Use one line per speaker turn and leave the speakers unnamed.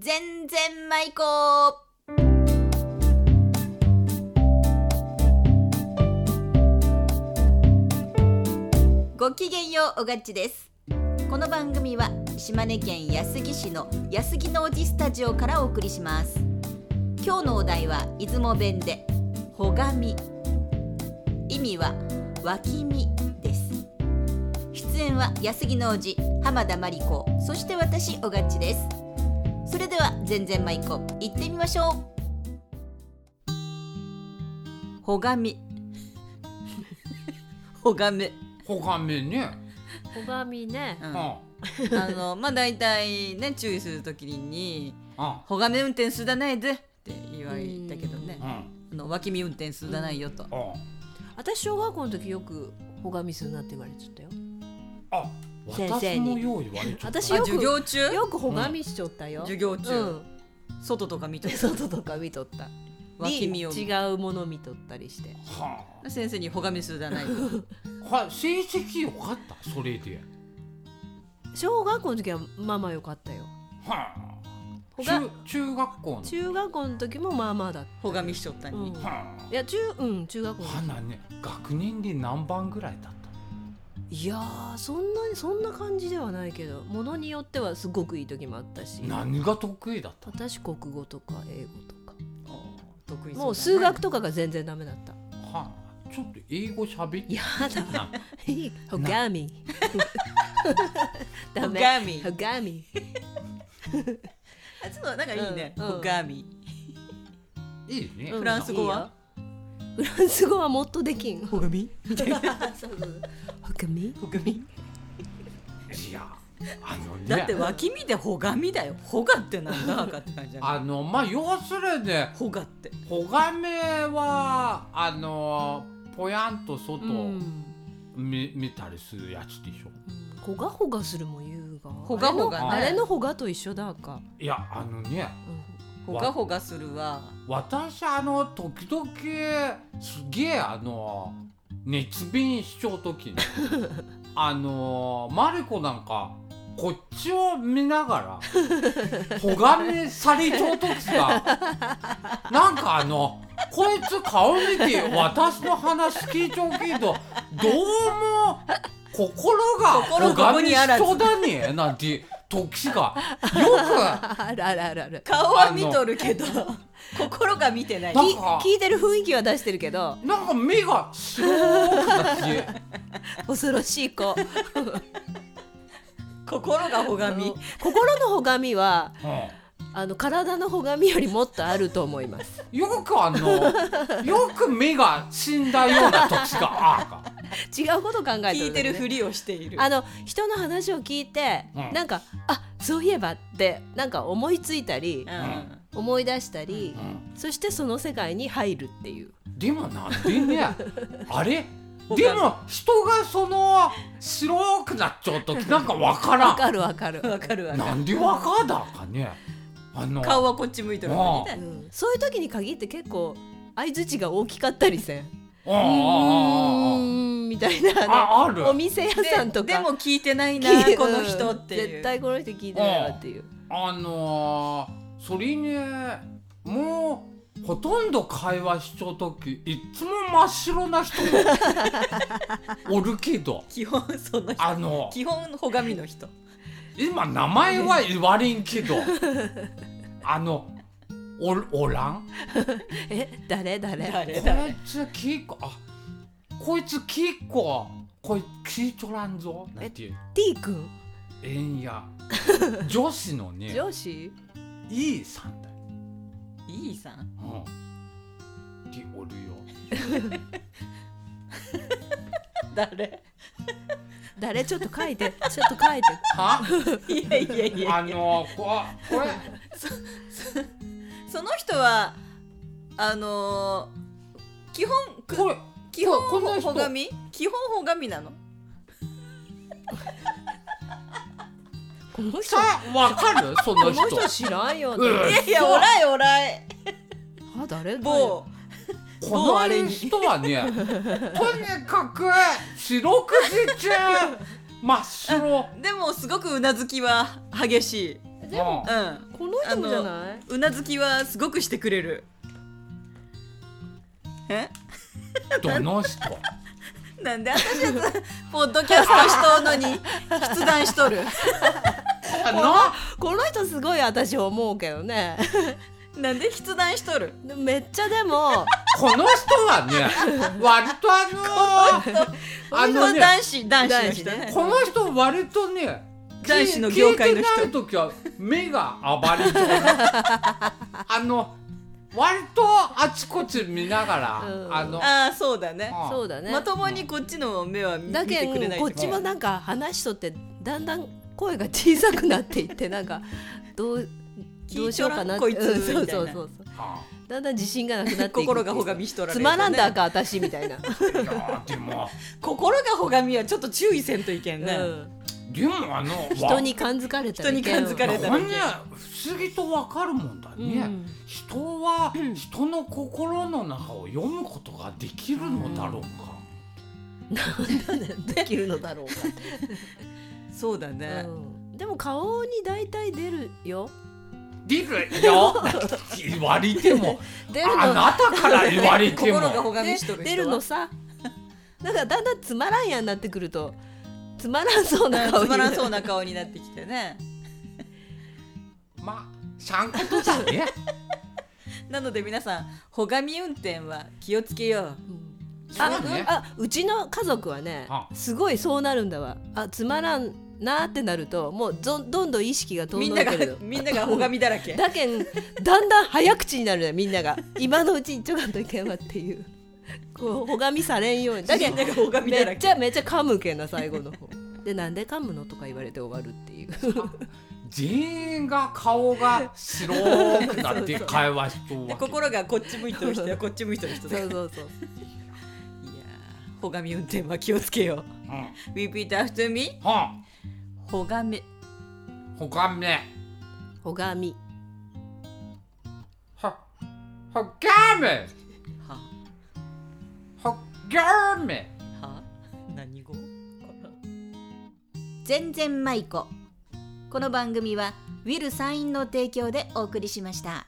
全然舞子ごきげんようおがっちですこの番組は島根県安来市の安来のおじスタジオからお送りします今日のお題は出雲弁でほがみ意味は脇見です出演は安来のおじ浜田真理子そして私おがっちですそれでは全然舞子行ってみましょうほがみ ほがめ
ほかめね。
ほがみね
う。ん
あ
あのまあ大体ね注意するときに
あ
「ほがめ運転すだないぜ」って言われたけどね
うん。うん。
「あの脇見運転すだないよ」と
あ
私小学校の時よくほがみするなって言われちゃったよ。
あ。あ。
先
私
生
も
に
用意はね。
私
あ
よく
授業中
よくほがみしちゃったよ。
授業中
うん。
外とか見と
で外とか見とった。
脇見を
で違うもの見とったりして。
は
先生に「ほがめすだないよ」
あ。は成績良かったそれで。
小学校の時はまあまあ良かったよ。
はあ。
ほが
中中学校の。
中学校の時もまあまあだっ
ほがみしちょった
た。
に、
うん。い
はあ。
や中うん中学校の時。
花ね学年で何番ぐらいだっ。。
いやーそんなにそんな感じではないけど、ものによってはすごくいい時もあったした
何が得意だった。
私国語とか英語とか。
あー得意
もう数学
と
とかが全然ダメだった。
はあ。ちょっと英語喋って。
やだ。
な
ほ がみ。ダ
ほ
メ。
がみ
ほがみ。
あちょっとなんかいいね「
うんうん
ほがみ
いいね
う。ん
フランス語は
フランス語はもっとできん。ほが み。みたいな。そうそうほがみ。
ほがみ
いや。あのね。
だって脇見でほがみだよほがってなんだかって感じじゃない
あのまあ要するに
ほがって
ほがめはあのぽやんと外
うん。
見見たりするやつでしょ。
ほがほがするもん言うが。
ほがほがね
あれのほがと一緒だか。
いやあのね
うん
ほがほがするは
私あの時々すげえあの熱弁しちゃう時 にあのマリコなんかこっちを見ながらほがめされちゃう時がなんかあのこいつ顔見て私の話聞いちゃうけどどうも心が
心こ
ほが
こ
めし
に
ち
あ
ゃ
らず
うだねなんて時がよく
あるあるあるある。
顔は見とるけど心が見てない
なん
き
か
聞いてる雰囲気は出してるけど
なんか目が白くな って。
恐ろしい子
心がほ
あ
がみ
の心のほがみは
う
あの体のほがみよりもっとあると思います
んよくあの、よく目が死んだような時があるか。
違うこと考えてる、
聞いてるふりをしている
あの人の話を聞いて、
うん
なんかあそういえばってなんか思いついたり
う、ん
思い出したり
う、ん
そしてその世界に入るっていう
でもなんで ね、あれでも人がその白くなっちゃう時なんかわか
わ
ら
かるわかる、
わかるわ
ん。
かる
なんでわかんだかね。あの、
顔はこっち向いとるのに
う
ね
んそういう時に限って結構相づちが大きかったりせん
うんう
う
んうんうん
ーんみたいなね
あ、ある。
お店屋さん
で
と
で
か
も聞いてないな
聞い
この人って
うん
いう
絶対この人聞いてないわっていう
あのー、それに、もう、ほとんど会話しちゃう時いつも真っ白な人がおるけ ど。
基本その人
あの
基本ほがみの人
今名前は言われん けどあのおおらん
え誰誰
こ
誰
い
誰
つ結構あこいつ結構こいつ聞いとらんぞなんていう
T 君
えん や女子のね
上司
E さんだよ、
いいさん
うん、っておるよ
誰
誰ちょっと書いてちょっと書いて
はい
やいやいや
あのここれ
その人はあのー基本く
これ
基本
ここの人
ほがみ基本ほがみなの
この人
さわかるそ
こ
の
の
人
人知らんよ、
うん
ね、
いやいやおらいおらい
あ誰
某
こ
もう
の
あれに
人は ねとにかく四六時中真っ白
でもすごくうなずきは激しい
でも
うん
うん
この人もじゃないう
なずきはすごくしてくれるえ
どの人
なんで私やつポッドキャストしとんのに筆談しとる
あ
この人すごい私思うけどね
なんで筆談しとる
でもめっちゃでも
のこの人はね割とあのーあのね
男子男子の人
男子
ね
この人割とね
男子の業界の人
聞いてない時は目が暴れそうなあの割とあちこち見ながら、
うん
あの
ああそうだね
うん
そうだね
まともにこっちの目は見
だ
見
け
て
ど
くれない
こっちもなんか話しとってだんだん声が小さくなっていってなんかどうどうしようかなって
聞いとらんこいつ
うん
みたい
そ
な
うそうそう
あ
だんだん自信がなくなっていく
心がほがみしとられる
つ
ね
まらんだか私みた いな、
いやでも
心がほがみはちょっと注意せんといけんね、
うん
でもあのわ
人に感づかれたらいけん
人に感づかれたら
これね不思議とわかるもんだね、
うん
人は人の心の中を読むことができるのだろうか、
できるのだろうか、
そうだね、
うん、でも顔に大体出るよ
出るよ言われても
出る
あ
の
なたから言われて
心
も
がほがみしとる人は
出るのさ だからだんだんつまらんやになってくるとつまらんそうな顔
つ
に
まらんそうな顔になってきてね
まあちゃんことだね
なので皆さんほがみ運転は気をつけよ
うん
そう
あ
ね
あうちの家族はね
あ
すごいそうなるんだわあつまらんなってなるともうどんどんどん意識が
う
遠
みん
の
ないが
てるの
みんながほがみだらけ
だけんだんだん早口になるねみんなが今のうちにちょかんといけんわっていうこうほがみされんようにだけ
み
ん
んながほがみ
め
だら
っ
け
ちゃめっちゃ噛むけんな最後の 方でなんで噛むのとか言われて終わるっていう
全員が顔が白くなって会話しとる
で
わけ
心がこっち向いてる人やこっち向いてる人だ
そ
いうや
そうそう
ーほがみ運転は気をつけよ
うんは
う Repeat after me
あ
ほがみ
ほかめ
ほがみ
はほかめ
は
ほかめ
は何語
全然舞子この番組はウィルサインの提供でお送りしました